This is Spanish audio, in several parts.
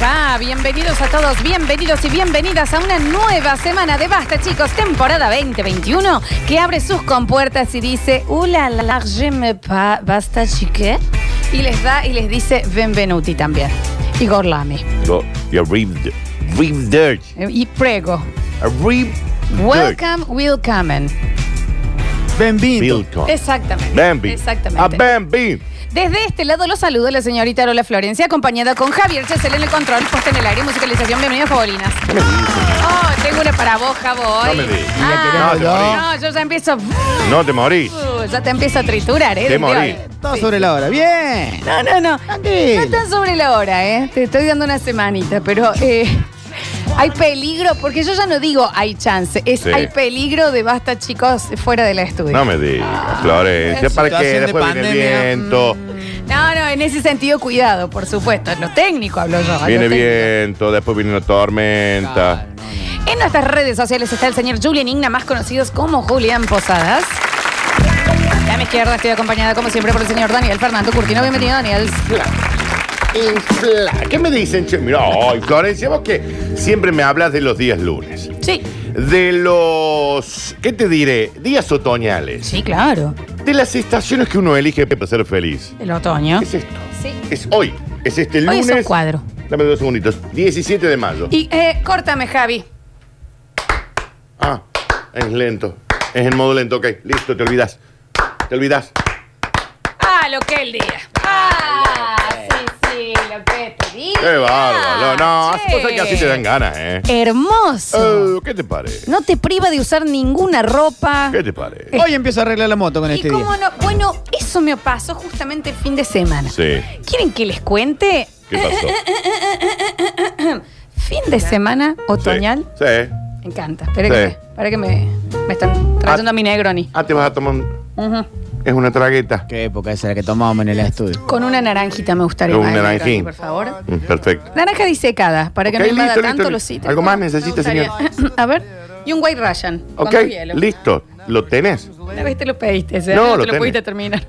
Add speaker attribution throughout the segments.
Speaker 1: va? Bienvenidos a todos, bienvenidos y bienvenidas a una nueva semana de Basta, chicos, temporada 2021, que abre sus compuertas y dice, ¡Hola, la, je me pa, basta, chique! Y les da y les dice, benvenuti también. Y gorlami.
Speaker 2: Go- Your rim, rim dirt.
Speaker 1: Eh, Y prego.
Speaker 2: A rim
Speaker 1: Welcome, welcome.
Speaker 2: dirt.
Speaker 3: Bienvenido.
Speaker 2: Bilcon.
Speaker 1: Exactamente.
Speaker 2: Bambi. A
Speaker 1: Exactamente.
Speaker 2: Bambi.
Speaker 1: Desde este lado los saludo la señorita Lola Florencia, acompañada con Javier Chesel en el control, puesta en el aire, musicalización. Bienvenidos, Jabolinas. Oh, tengo una para vos, Jabol.
Speaker 2: No me digas.
Speaker 1: Ah,
Speaker 2: No, te morís.
Speaker 1: no, yo ya empiezo.
Speaker 2: No te morís.
Speaker 1: Uh, ya te empiezo a triturar, ¿eh?
Speaker 2: Te
Speaker 1: Desde
Speaker 2: morí.
Speaker 1: hoy.
Speaker 3: Todo sobre la hora. Bien.
Speaker 1: No, no, no. No están sobre la hora, ¿eh? Te estoy dando una semanita, pero eh, hay peligro, porque yo ya no digo hay chance, es
Speaker 2: Sí.
Speaker 1: hay peligro de basta, chicos, fuera del estudio.
Speaker 2: No me digas, Florencia. ¿Para qué?
Speaker 3: Situación de
Speaker 2: Después viene
Speaker 3: pandemia. Mm.
Speaker 2: el viento.
Speaker 1: No, no, en ese sentido, cuidado, por supuesto. En lo técnico hablo yo. en lo
Speaker 2: Viene
Speaker 1: técnico.
Speaker 2: viento. Después viene una tormenta.
Speaker 1: En nuestras redes sociales está el señor Julian Igna, más conocidos como Julián Posadas. Y A mi izquierda estoy acompañada, como siempre, por el señor Daniel Fernando Curtino. Bienvenido, Daniel.
Speaker 2: Infla. ¿Qué me dicen? che? Mira, ay, Florencia, vos que siempre me hablas de los días lunes.
Speaker 1: Sí.
Speaker 2: De los, ¿qué te diré? Días otoñales.
Speaker 1: Sí, claro.
Speaker 2: De las estaciones que uno elige para ser feliz.
Speaker 1: El otoño.
Speaker 2: Es esto.
Speaker 1: Sí.
Speaker 2: Es hoy. Es este
Speaker 1: Hoy
Speaker 2: lunes.
Speaker 1: es un cuadro.
Speaker 2: Dame dos segunditos. 17 de mayo.
Speaker 1: Y eh, córtame, Javi.
Speaker 2: Ah, es lento. Es en modo lento, ok. Listo, te olvidas. Te olvidas.
Speaker 1: Ah, lo que el día. Ah, sí, sí, lo que te digo.
Speaker 2: Qué bárbaro. No,
Speaker 1: Ah,
Speaker 2: hace cosas que así te dan ganas, ¿eh?
Speaker 1: Hermoso.
Speaker 2: Eh, ¿Qué te parece?
Speaker 1: No te priva de usar ninguna ropa.
Speaker 2: ¿Qué te parece?
Speaker 3: Hoy empiezo a arreglar la moto con
Speaker 1: Eh. Y
Speaker 3: este
Speaker 1: cómo
Speaker 3: día.
Speaker 1: no, bueno, eso me pasó justamente el fin de semana.
Speaker 2: Sí.
Speaker 1: ¿Quieren que les cuente?
Speaker 2: ¿Qué pasó?
Speaker 1: Fin de semana otoñal.
Speaker 2: Sí. sí.
Speaker 1: Me encanta. Espera
Speaker 2: Sí.
Speaker 1: que, para que me, me están trayendo a mi Negroni.
Speaker 2: Ah, te vas a tomar. un-
Speaker 1: Ujú.
Speaker 2: Es una tragueta.
Speaker 3: Qué época esa la que tomamos en el estudio.
Speaker 1: Con una naranjita me gustaría.
Speaker 2: Un
Speaker 1: más,
Speaker 2: naranjín.
Speaker 1: Por favor.
Speaker 2: Mm, Perfecto.
Speaker 1: Naranja disecada, para que
Speaker 2: Ok,
Speaker 1: no invada
Speaker 2: listo,
Speaker 1: tanto
Speaker 2: listo,
Speaker 1: los
Speaker 2: listo.
Speaker 1: sitios.
Speaker 2: ¿Algo más
Speaker 1: Me
Speaker 2: necesita,
Speaker 1: gustaría. a ver. Y un White Russian.
Speaker 2: Ok,
Speaker 1: Con hielo.
Speaker 2: listo. ¿Lo tenés?
Speaker 1: Una vez te lo pediste, ¿eh?
Speaker 2: No, lo
Speaker 1: te lo
Speaker 2: tenés.
Speaker 1: pudiste terminar.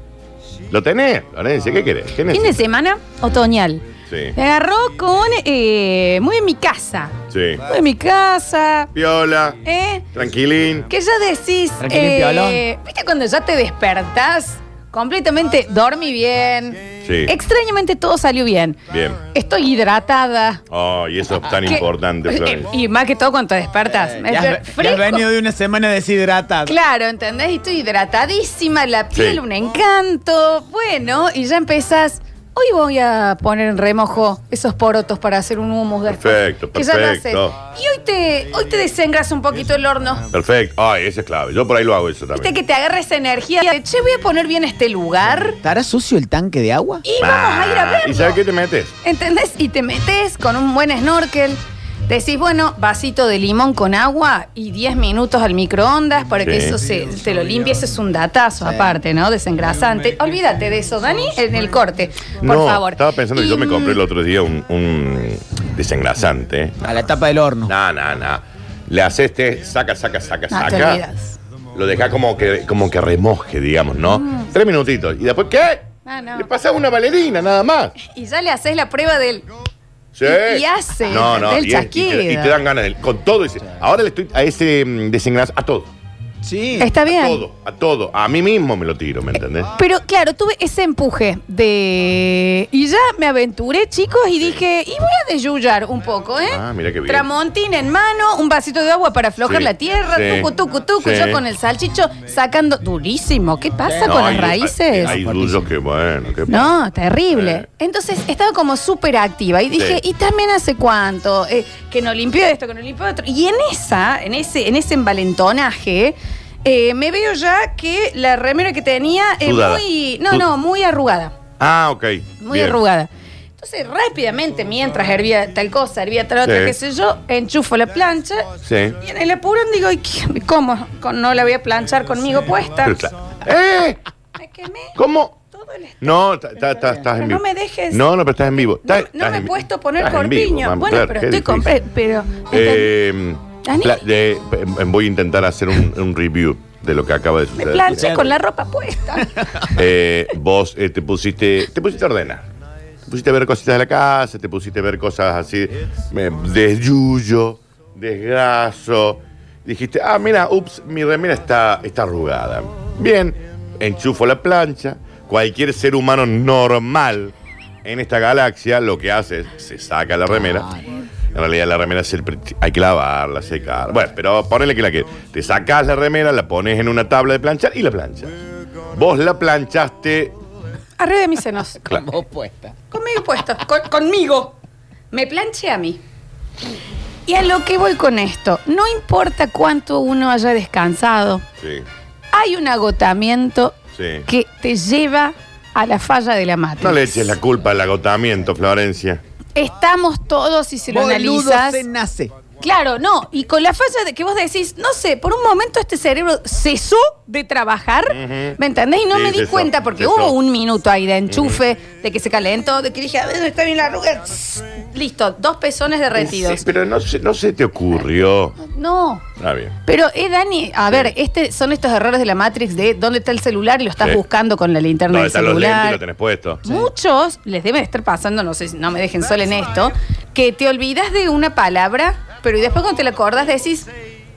Speaker 2: ¿Lo tenés? Florencia, ¿qué querés? ¿Qué
Speaker 1: Fin de
Speaker 2: necesitas?
Speaker 1: semana otoñal.
Speaker 2: Sí.
Speaker 1: Me agarró con. eh, muy en mi casa.
Speaker 2: Sí.
Speaker 1: Muy en mi casa.
Speaker 2: Viola.
Speaker 1: ¿Eh?
Speaker 2: Tranquilín.
Speaker 1: Que ya decís. eh,
Speaker 3: Tranquilín, piolón.
Speaker 1: ¿Viste cuando ya te despertás? Completamente dormí bien.
Speaker 2: Sí.
Speaker 1: Extrañamente todo salió bien.
Speaker 2: Bien.
Speaker 1: Estoy hidratada.
Speaker 2: Oh, y eso es tan
Speaker 1: Que-
Speaker 2: importante,
Speaker 1: Eh,
Speaker 2: Florencia.
Speaker 1: Y más que todo cuando te despertas.
Speaker 3: Eh, Ya has ve- ya has venido de una semana deshidratado.
Speaker 1: Claro, ¿entendés? Y Estoy hidratadísima, la piel
Speaker 2: Sí.
Speaker 1: un encanto. Bueno, y ya empezás. Hoy voy a poner en remojo esos porotos para hacer un humus después.
Speaker 2: Perfecto,
Speaker 1: Que ya lo haces.
Speaker 2: perfecto.
Speaker 1: Y hoy te, hoy te desengras un poquito el horno.
Speaker 2: Perfecto. Ay, esa es clave. Yo por ahí lo hago eso
Speaker 1: Viste
Speaker 2: también.
Speaker 1: que te agarra esa energía de, che, voy a poner bien este lugar
Speaker 3: ¿Estará sucio el tanque de agua?
Speaker 1: y vamos a ir a
Speaker 2: Ah, ¿Y sabes
Speaker 1: verlo.
Speaker 2: qué te metes?
Speaker 1: ¿Entendés? Y te metes con un buen snorkel. Decís, bueno, vasito de limón con agua y 10 minutos al microondas para que
Speaker 2: Sí.
Speaker 1: eso se, te lo limpie. Eso es un datazo aparte, ¿no? Desengrasante. Olvídate de eso, Dani, en el corte, por
Speaker 2: no,
Speaker 1: favor.
Speaker 2: Estaba pensando que
Speaker 1: Y,
Speaker 2: yo me compré el
Speaker 1: mm,
Speaker 2: otro día un, un desengrasante. ¿eh?
Speaker 3: A la tapa del horno.
Speaker 2: No, no, no. Le haces este, saca, saca, saca,
Speaker 1: No, te
Speaker 2: saca.
Speaker 1: olvidas.
Speaker 2: Lo dejas como que, como que remoje, digamos, ¿no? Tres minutitos. ¿Y después qué?
Speaker 1: Mm. Ah, no.
Speaker 2: Le pasas una bailarina, nada más.
Speaker 1: Y ya le haces la prueba del.
Speaker 2: Sí.
Speaker 1: Y- y hace,
Speaker 2: No, no.
Speaker 1: del
Speaker 2: y, es- y te, y
Speaker 1: chasquido.
Speaker 2: te dan ganas. de- Con todo ese. Ahora le estoy a ese mm, desengrasante. A todo.
Speaker 3: Sí.
Speaker 1: Está bien.
Speaker 2: A todo. A todo. A mí mismo me lo tiro, ¿me entendés?
Speaker 1: Pero claro, tuve ese empuje de. Y ya me aventuré, chicos, y dije, y voy a desyullar un poco, ¿eh?
Speaker 2: Ah, mira qué bien.
Speaker 1: Tramontín en mano, un vasito de agua para aflojar
Speaker 2: Sí,
Speaker 1: la tierra,
Speaker 2: sí,
Speaker 1: tucu, tucu, tucu,
Speaker 2: sí.
Speaker 1: yo con el salchicho sacando. Durísimo, ¿qué pasa
Speaker 2: No,
Speaker 1: con
Speaker 2: hay-
Speaker 1: las raíces?
Speaker 2: Hay, hay dullos que bueno. Que
Speaker 1: no, terrible.
Speaker 2: Eh.
Speaker 1: Entonces estaba como súper activa y dije,
Speaker 2: Sí.
Speaker 1: ¿y también hace cuánto? Eh, que no limpió esto, que no limpió otro. Y en esa, en ese, en ese envalentonaje, eh, me veo ya que la remera que tenía es
Speaker 2: Sudada.
Speaker 1: muy. No,
Speaker 2: Sud-
Speaker 1: no, muy arrugada.
Speaker 2: Ah, ok.
Speaker 1: Muy
Speaker 2: bien.
Speaker 1: arrugada. Entonces, rápidamente, mientras hervía tal cosa, hervía tal otra,
Speaker 2: Sí.
Speaker 1: qué sé yo, enchufo la plancha.
Speaker 2: Sí.
Speaker 1: Y en el apuro digo, ¿y qué- ¿cómo? Con- No la voy a planchar conmigo puesta.
Speaker 2: Pero claro. ¡Eh!
Speaker 1: Me quemé
Speaker 2: ¿Cómo?
Speaker 1: todo el est-
Speaker 2: No, ta- ta- ta- estás
Speaker 1: Pero no
Speaker 2: en vivo.
Speaker 1: me dejes-
Speaker 2: No, no, pero estás en vivo. Estás-
Speaker 1: No, no
Speaker 2: estás
Speaker 1: me he
Speaker 2: en vi-
Speaker 1: puesto a poner
Speaker 2: estás en vivo,
Speaker 1: corpiño.
Speaker 2: vamos,
Speaker 1: bueno,
Speaker 2: claro,
Speaker 1: pero
Speaker 2: qué
Speaker 1: estoy con.
Speaker 2: difícil.
Speaker 1: Pero.
Speaker 2: Eh,
Speaker 1: Dani.
Speaker 2: pla- de- eh, voy a intentar hacer un, un review de lo que acaba de
Speaker 1: me
Speaker 2: suceder.
Speaker 1: planché con la ropa puesta.
Speaker 2: Eh, vos eh, te pusiste. Te pusiste a ordenar. Te pusiste a ver cositas de la casa, te pusiste a ver cosas así, me- desyuyo, desgraso. Dijiste, ah, mira, ups, mi remera está, está arrugada. Bien, enchufo la plancha. Cualquier ser humano normal en esta galaxia lo que hace es se saca la remera. En realidad la remera es el pri- hay que lavarla, secar. Bueno, pero ponele que la que. Te sacas la remera, la pones en una tabla de planchar y la planchas. Vos la planchaste.
Speaker 1: Arriba de mis senos.
Speaker 2: Claro.
Speaker 3: Vos puesta.
Speaker 1: Conmigo puesto, con- conmigo. Me planche a mí. Y a lo que voy con esto, no importa cuánto uno haya descansado,
Speaker 2: Sí,
Speaker 1: hay un agotamiento
Speaker 2: sí.
Speaker 1: que te lleva a la falla de la matriz.
Speaker 2: No le eches la culpa al agotamiento, Florencia.
Speaker 1: Estamos todos, y si lo
Speaker 3: Boludo
Speaker 1: analizas.
Speaker 3: se nace.
Speaker 1: Claro, no. Y con la falla de que vos decís, no sé, por un momento este cerebro cesó de trabajar, ¿me entendés? Y no
Speaker 2: Sí,
Speaker 1: me di
Speaker 2: cesó,
Speaker 1: cuenta porque
Speaker 2: cesó.
Speaker 1: hubo un minuto ahí de enchufe, de que se calentó, de que dije, a ver, está bien la arruga. Tss, Listo, dos pezones derretidos.
Speaker 2: Sí, pero no se, no se te ocurrió.
Speaker 1: No.
Speaker 2: Está bien.
Speaker 1: Pero, eh, Dani, a ver, este son estos errores de la Matrix de dónde está el celular y lo estás
Speaker 2: Sí.
Speaker 1: buscando con la linterna
Speaker 2: ¿Dónde
Speaker 1: del
Speaker 2: están los lentes? y Lo
Speaker 1: celular.
Speaker 2: tenés puesto.
Speaker 1: Muchos les deben estar pasando, no sé si no me dejen sola en esto, que te olvidas de una palabra, pero y después cuando te la acordás decís,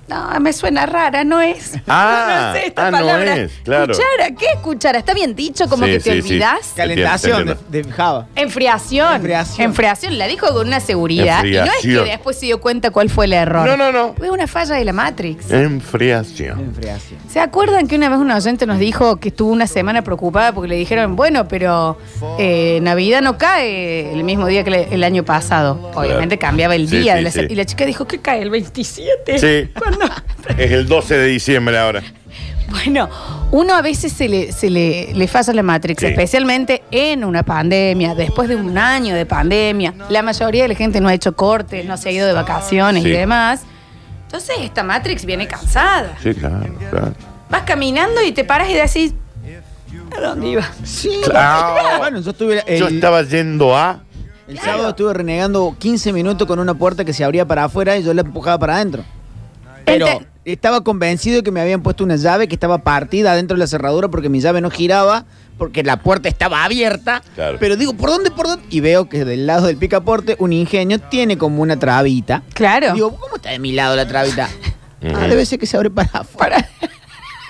Speaker 1: no, me suena rara, no es.
Speaker 2: Ah, ah, no es, claro.
Speaker 1: Cuchara, ¿qué es cuchara? Está bien dicho, como
Speaker 2: Sí,
Speaker 1: que te
Speaker 2: sí, sí.
Speaker 1: olvidás.
Speaker 3: Calentación
Speaker 2: Entiendo,
Speaker 3: de, de Java.
Speaker 1: Enfriación.
Speaker 3: Enfriación.
Speaker 1: Enfriación, la dijo con una seguridad. Y no es
Speaker 2: Enfriación.
Speaker 1: que después se dio cuenta cuál fue el error.
Speaker 2: No, no, no.
Speaker 1: Fue una falla de la Matrix.
Speaker 2: Enfriación.
Speaker 3: Enfriación.
Speaker 1: ¿Se acuerdan que una vez un oyente nos dijo que estuvo una semana preocupada porque le dijeron, bueno, pero eh, Navidad no cae el mismo día que le- el año pasado? Obviamente cambiaba el
Speaker 2: Sí,
Speaker 1: día.
Speaker 2: sí,
Speaker 1: de la se-
Speaker 2: sí.
Speaker 1: Y la chica dijo, ¿qué cae? ¿El 27?
Speaker 2: Sí.
Speaker 1: ¿Cuándo?
Speaker 2: Es el 12 de diciembre ahora.
Speaker 1: Bueno, uno a veces se le, se le, le falla la Matrix,
Speaker 2: Sí.
Speaker 1: especialmente en una pandemia, después de un año de pandemia. La mayoría de la gente no ha hecho cortes, no se ha ido de vacaciones y
Speaker 2: Sí.
Speaker 1: demás. Entonces esta Matrix viene cansada.
Speaker 2: Sí, claro, claro.
Speaker 1: Vas caminando y te paras y decís, ¿a dónde iba?
Speaker 3: Sí.
Speaker 2: Claro.
Speaker 3: Bueno, yo estuve. El,
Speaker 2: Yo estaba yendo a.
Speaker 3: el sábado estuve renegando 15 minutos con una puerta que se abría para afuera y yo la empujaba para adentro. Pero
Speaker 1: Ente-
Speaker 3: estaba convencido de que me habían puesto una llave que estaba partida dentro de la cerradura porque mi llave no giraba, porque la puerta estaba abierta.
Speaker 2: Claro.
Speaker 3: Pero digo, ¿por dónde? ¿Por dónde? Y veo que del lado del picaporte un ingenio tiene como una trabita.
Speaker 1: Claro.
Speaker 3: Digo, ¿cómo está de mi lado la trabita?
Speaker 2: Ujú.
Speaker 3: ah, debe ser que se abre para afuera.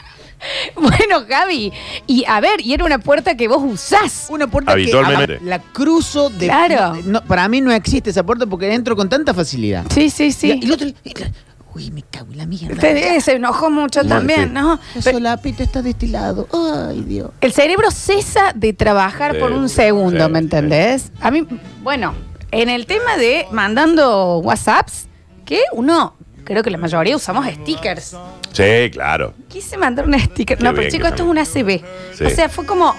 Speaker 1: Bueno, Gaby, y a ver, y era una puerta que vos usás.
Speaker 3: Una puerta
Speaker 2: Habitualmente.
Speaker 3: que ah, la cruzo de.
Speaker 1: Claro.
Speaker 3: no, para mí no existe esa puerta porque entro con tanta facilidad.
Speaker 1: Sí, sí, sí.
Speaker 3: Y el otro. y la- uy, me cago en la mierda.
Speaker 1: Usted, eh, se enojó mucho
Speaker 2: Bueno,
Speaker 1: también,
Speaker 2: sí.
Speaker 1: ¿no?
Speaker 3: La
Speaker 1: Pero
Speaker 3: solapita está de este lado. Ay, Dios.
Speaker 1: el cerebro cesa de trabajar
Speaker 2: Sí,
Speaker 1: por un
Speaker 2: sí,
Speaker 1: segundo,
Speaker 2: sí,
Speaker 1: ¿me
Speaker 2: sí.
Speaker 1: entendés? A mí, bueno, en el tema de mandando WhatsApps, que uno, creo que la mayoría usamos stickers.
Speaker 2: Sí, claro.
Speaker 1: Quise mandar un sticker.
Speaker 2: Qué
Speaker 1: No, pero
Speaker 2: bien que
Speaker 1: chicos, esto es una CB.
Speaker 2: Sí.
Speaker 1: O sea, fue como.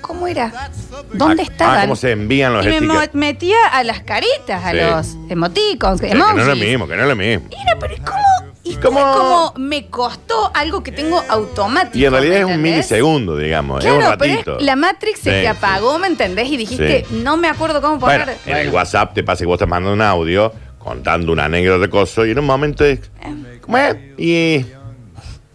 Speaker 1: ¿Cómo era? ¿Dónde
Speaker 2: Ah,
Speaker 1: estaban?
Speaker 2: Ah, cómo se envían los
Speaker 1: y me mo-
Speaker 2: stickers.
Speaker 1: metía a las caritas, a
Speaker 2: Sí.
Speaker 1: los emoticons,
Speaker 2: Sí, que no
Speaker 1: emojis.
Speaker 2: es lo mismo, que no es lo mismo.
Speaker 1: Era, pero ¿cómo? Y
Speaker 2: ¿Cómo?
Speaker 1: como me costó algo que tengo automático.
Speaker 2: Y en realidad
Speaker 1: ¿me
Speaker 2: es un
Speaker 1: entendés?
Speaker 2: milisegundo, digamos. es un
Speaker 1: Claro, pero
Speaker 2: ratito.
Speaker 1: es- la Matrix se
Speaker 2: Sí,
Speaker 1: te
Speaker 2: sí.
Speaker 1: apagó, ¿me entendés? Y dijiste,
Speaker 2: Sí.
Speaker 1: no me acuerdo cómo poner.
Speaker 2: Bueno, en el WhatsApp te pasa que vos estás mandando un audio contando una anécdota de cosas y en un momento es.
Speaker 1: Eh.
Speaker 2: ¿Cómo es? ¿Y en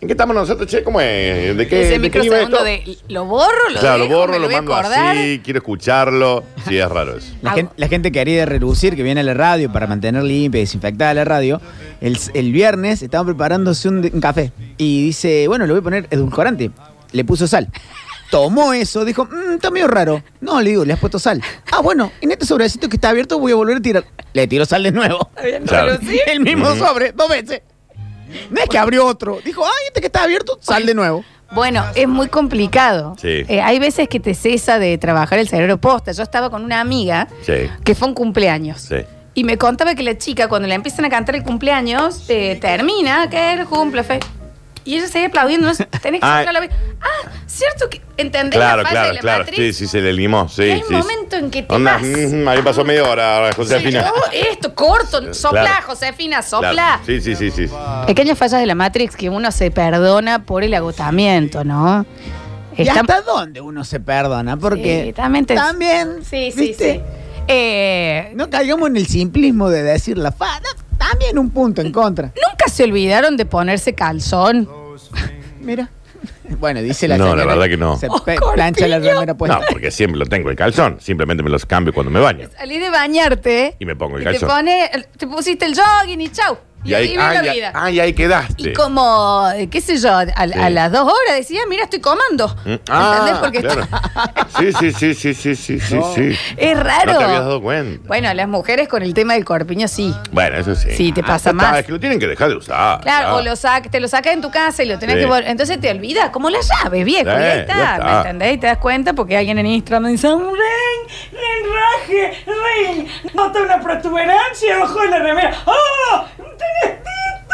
Speaker 2: qué estamos nosotros, che? ¿Cómo es? ¿De qué?
Speaker 1: ese
Speaker 2: de qué iba
Speaker 1: microsegundo
Speaker 2: esto?
Speaker 1: de lo borro, lo
Speaker 2: Claro, lo
Speaker 1: dejo,
Speaker 2: borro,
Speaker 1: me
Speaker 2: lo
Speaker 1: voy a
Speaker 2: mando
Speaker 1: acordar.
Speaker 2: así, quiero escucharlo. Sí, es raro eso.
Speaker 3: La,
Speaker 1: Ah,
Speaker 3: gen-
Speaker 1: bueno.
Speaker 3: la gente que haría de relucir, que viene a la radio para mantener limpia y desinfectada la radio, el, s- el viernes estaban preparándose un, de- un café y dice, bueno, le voy a poner edulcorante. Le puso sal. Tomó eso, dijo, mmm, está medio raro. No, le digo, le has puesto sal. Ah, bueno, en este sobrecito que está abierto voy a volver a tirar. Le tiró sal de nuevo.
Speaker 2: Claro.
Speaker 3: El mismo
Speaker 2: Ujú.
Speaker 3: sobre, dos veces. No es que abrió otro. Dijo, ay, este que está abierto, sal de nuevo.
Speaker 1: Bueno, es muy complicado.
Speaker 2: Sí.
Speaker 1: Eh, hay veces que te cesa de trabajar el cerebro posta. Yo estaba con una amiga
Speaker 2: Sí,
Speaker 1: que fue un cumpleaños.
Speaker 2: sí.
Speaker 1: Y me contaba que la chica, cuando le empiezan a cantar el cumpleaños, eh, termina, que el cumple, fe. Y ella sigue aplaudiendo, no sé, tenés que
Speaker 2: Ah.
Speaker 1: sacarla a la vez. Ah, cierto que entendés
Speaker 2: Claro,
Speaker 1: la falla de
Speaker 2: claro,
Speaker 1: la
Speaker 2: claro.
Speaker 1: matriz.
Speaker 2: Sí, sí, se le limó. Sí,
Speaker 1: Hay un
Speaker 2: sí.
Speaker 1: momento en que te
Speaker 2: Onda,
Speaker 1: vas.
Speaker 2: mm, ahí pasó media hora,
Speaker 1: Se
Speaker 2: Josefina.
Speaker 1: acabó esto, corto, sopla,
Speaker 2: Claro.
Speaker 1: Josefina, sopla.
Speaker 2: Claro. Sí, sí, sí, sí.
Speaker 1: Pequeñas fallas de la Matrix que uno se perdona por el agotamiento, ¿no?
Speaker 3: ¿Y
Speaker 1: Está-
Speaker 3: hasta dónde uno se perdona? Porque
Speaker 1: Sí, también te-
Speaker 3: también,
Speaker 1: Sí, sí,
Speaker 3: ¿viste?
Speaker 1: sí. Eh,
Speaker 3: No caigamos en el simplismo de decir la fada. También un punto en contra.
Speaker 1: Nunca se olvidaron de ponerse calzón.
Speaker 3: Mira. Bueno, dice la
Speaker 2: No, la
Speaker 3: señora,
Speaker 2: verdad que no.
Speaker 3: Se
Speaker 1: Oh,
Speaker 3: pe- plancha la
Speaker 1: Corpiño.
Speaker 3: remera puesta.
Speaker 2: No, pues. porque siempre lo tengo el calzón. Simplemente me los cambio cuando me baño.
Speaker 1: Salí de bañarte.
Speaker 2: Y me pongo el
Speaker 1: y te,
Speaker 2: calzón.
Speaker 1: pone, te pusiste el jogging y chau. Y, ahí vive
Speaker 2: ah,
Speaker 1: la
Speaker 2: ya-
Speaker 1: vida.
Speaker 2: ah, y ahí quedaste.
Speaker 1: Y como, eh, qué sé yo, a, a
Speaker 2: Sí.
Speaker 1: las dos horas decía, mira, estoy comando.
Speaker 2: Mm, ah,
Speaker 1: ¿Entendés? Porque
Speaker 2: claro. Sí, sí, sí, sí, sí, sí, sí,
Speaker 3: No.
Speaker 2: sí.
Speaker 1: es raro.
Speaker 2: No te habías dado cuenta.
Speaker 1: Bueno, las mujeres con el tema del corpiño sí.
Speaker 2: Bueno, eso sí. Ah,
Speaker 1: Sí, te pasa
Speaker 2: ya está,
Speaker 1: más.
Speaker 2: Es que lo tienen que dejar de usar.
Speaker 1: Claro,
Speaker 2: ya.
Speaker 1: o lo sac- te lo sacas en tu casa y lo tenés
Speaker 2: Sí.
Speaker 1: que vol- Entonces te olvidas, como la llave, viejo.
Speaker 2: Sí,
Speaker 1: y ahí está,
Speaker 2: ya está.
Speaker 1: ¿me entendés? Y te das cuenta porque alguien en Instagram dice, "Un rey,
Speaker 4: Enraje, ring, nota una protuberancia, ojo de la remera. ¡Oh! ¡Tenés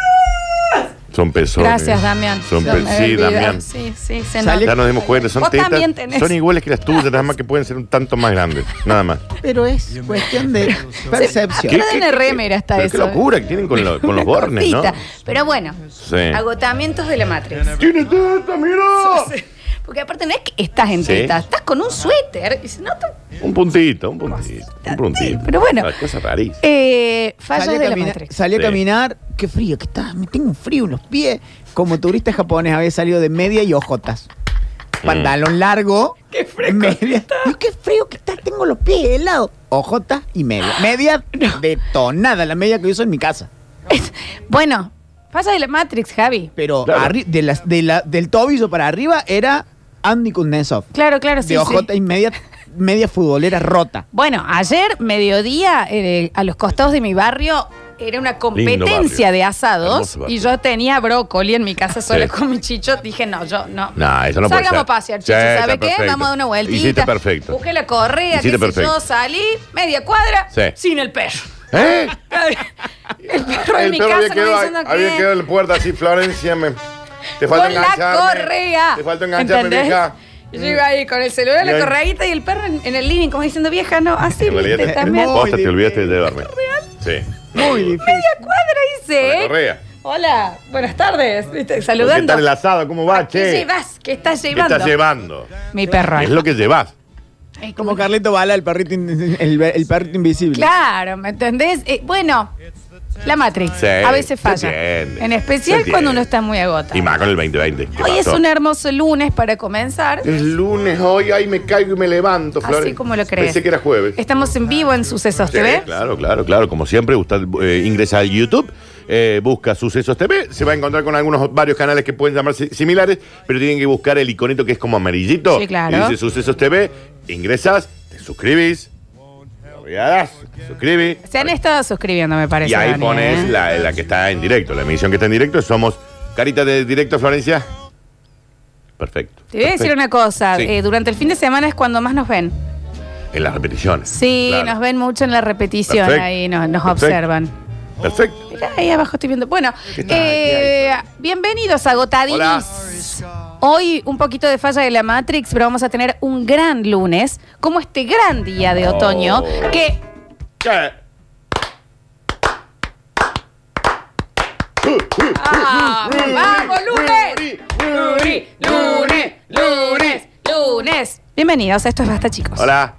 Speaker 4: tetas!
Speaker 2: Son pezones.
Speaker 1: Gracias, Damián.
Speaker 2: Son
Speaker 1: Yo me
Speaker 2: pezones. Sí,
Speaker 1: olvidé.
Speaker 2: Damián.
Speaker 1: Sí, sí, se
Speaker 3: Sale-
Speaker 2: Ya
Speaker 1: nota.
Speaker 2: nos dimos cuenta, son
Speaker 1: Vos
Speaker 2: tetas.
Speaker 1: también tenés.
Speaker 2: Son iguales que las tuyas, nada más que pueden ser un tanto más grandes. Nada más.
Speaker 3: Pero es cuestión de percepción.
Speaker 1: ¿Qué? Guarden la remera hasta
Speaker 2: pero
Speaker 1: eso,
Speaker 2: Qué
Speaker 1: eh.
Speaker 2: locura que tienen con, lo- con los
Speaker 1: Una
Speaker 2: bornes, ¿no?
Speaker 1: cosita. Pero bueno,
Speaker 2: Sí.
Speaker 1: agotamientos de la matriz. Oh.
Speaker 2: ¡Tiene teta, mira!
Speaker 1: Porque aparte no es que estás en
Speaker 2: Sí.
Speaker 1: tetas, estás con un suéter. Y se nota.
Speaker 2: Un puntito, un puntito, un puntito. Ah,
Speaker 1: Sí, pero bueno.
Speaker 2: Una cosa rarísima.
Speaker 1: Eh, fallas
Speaker 3: Salí a,
Speaker 1: de la
Speaker 3: caminar,
Speaker 1: matriz.
Speaker 3: salí a
Speaker 2: Sí.
Speaker 3: caminar, qué frío que está, me tengo un frío en los pies. Como turista japonés había salido de media y ojotas.
Speaker 2: Mm.
Speaker 3: Pantalón largo. Qué frío. Media. Y qué frío que está, tengo los pies helados. Ojotas y media. Media detonada, la media que uso en mi casa.
Speaker 1: Bueno, fallas de la matrix, Javi.
Speaker 3: Pero
Speaker 2: Claro.
Speaker 3: arri- de las- de la- del tobillo para arriba era Andy Kuznetsov.
Speaker 1: Claro, claro, sí.
Speaker 3: de ojota
Speaker 1: sí.
Speaker 3: y media, media futbolera rota.
Speaker 1: Bueno, ayer, mediodía, eh, a los costados de mi barrio. Era una competencia
Speaker 2: barrio.
Speaker 1: de asados
Speaker 2: Hermoso barrio.
Speaker 1: y yo tenía brócoli en mi casa sola
Speaker 2: Sí.
Speaker 1: con mi chicho. Dije, no, yo no.
Speaker 2: No, eso no puede
Speaker 1: Salgamos
Speaker 2: ser.
Speaker 1: a pasear,
Speaker 2: Sí,
Speaker 1: chicho.
Speaker 2: está
Speaker 1: ¿Sabe qué?
Speaker 2: perfecto.
Speaker 1: Vamos a dar una vueltita.
Speaker 2: Hiciste perfecto.
Speaker 1: Busqué la correa,
Speaker 2: Hiciste
Speaker 1: qué sé yo,
Speaker 2: perfecto.
Speaker 1: salí, media cuadra,
Speaker 2: Sí.
Speaker 1: sin el perro.
Speaker 2: ¿Eh?
Speaker 1: El perro en mi
Speaker 2: perro
Speaker 1: casa
Speaker 2: había
Speaker 1: no
Speaker 2: quedado,
Speaker 1: diciendo
Speaker 2: había
Speaker 1: que-
Speaker 2: quedado en la puerta así, Florencia. Me, te falta
Speaker 1: con la
Speaker 2: engancharme.
Speaker 1: correa.
Speaker 2: Te falta engancharme,
Speaker 1: ¿Entendés?
Speaker 2: vieja.
Speaker 1: Yo iba ahí con el celular,
Speaker 2: Y
Speaker 1: la
Speaker 2: ahí-
Speaker 1: correguita y el perro en, en el living, como diciendo vieja, no, así
Speaker 2: En realidad,
Speaker 1: viste,
Speaker 2: te-
Speaker 1: también.
Speaker 3: Hermoso.
Speaker 2: posta, te olvidaste de llevarme. Sí.
Speaker 3: Muy difícil.
Speaker 1: Media cuadra
Speaker 2: Con la
Speaker 1: hice. ¿eh?
Speaker 2: correa.
Speaker 1: Hola, buenas tardes. ¿viste?
Speaker 2: ¿Qué
Speaker 1: Saludando. Ah,
Speaker 2: tal el asado? ¿Cómo va,
Speaker 1: ¿Qué
Speaker 2: che?
Speaker 1: llevas? ¿Qué estás
Speaker 2: ¿Qué
Speaker 1: llevando?
Speaker 2: estás llevando?
Speaker 1: Mi perro.
Speaker 2: Es lo que llevas.
Speaker 1: Es
Speaker 3: Como Carlito Bala, el perrito, in- el, el perrito invisible.
Speaker 1: Claro, ¿me entendés? Eh, bueno, la Matrix
Speaker 2: Sí,
Speaker 1: a veces
Speaker 2: se
Speaker 1: falla.
Speaker 2: entiende,
Speaker 1: En
Speaker 2: se
Speaker 1: especial
Speaker 2: entiende.
Speaker 1: cuando uno está muy agotado.
Speaker 2: Y más con el 2020. ¿Qué
Speaker 1: Hoy es
Speaker 2: pasó?
Speaker 1: un hermoso lunes para comenzar.
Speaker 2: Es lunes hoy, ahí me caigo y me levanto, Flores.
Speaker 1: Así como lo crees.
Speaker 2: Pensé que era jueves.
Speaker 1: Estamos en vivo en Sucesos
Speaker 2: Sí,
Speaker 1: TV.
Speaker 2: Claro, claro, claro. Como siempre, usted eh, ingresa al YouTube, eh, busca Sucesos TV, se va a encontrar con algunos varios canales que pueden llamarse similares, pero tienen que buscar el iconito que es como amarillito.
Speaker 1: Sí, claro.
Speaker 2: Y dice Sucesos TV, ingresas, te suscribís, obligadas, te suscribís.
Speaker 1: Se han estado suscribiendo, me parece.
Speaker 2: Y ahí
Speaker 1: Dani,
Speaker 2: pones
Speaker 1: ¿eh?
Speaker 2: la, la que está en directo, la emisión que está en directo. Somos Carita de Directo Florencia. Perfecto.
Speaker 1: Te voy a decir
Speaker 2: Perfecto.
Speaker 1: una cosa.
Speaker 2: Sí.
Speaker 1: eh, durante el fin de semana es cuando más nos ven.
Speaker 2: En las repeticiones.
Speaker 1: Sí,
Speaker 2: Claro.
Speaker 1: nos ven mucho en la repetición.
Speaker 2: Perfecto.
Speaker 1: Ahí no- nos
Speaker 2: Perfecto.
Speaker 1: observan.
Speaker 2: Perfecto.
Speaker 1: Mirá, ahí abajo estoy viendo. Bueno,
Speaker 2: ¿Qué tal?
Speaker 1: eh, bienvenidos a
Speaker 2: Hola.
Speaker 1: Gotadinis. Hoy un poquito de falla de la Matrix, pero vamos a tener un gran lunes, como este gran día de
Speaker 2: Oh.
Speaker 1: otoño, que
Speaker 2: ¿Qué?
Speaker 1: ¡Ah! ¡Vamos, lunes! Lunes, lunes, lunes, lunes. Bienvenidos, esto es Basta, chicos.
Speaker 2: Hola.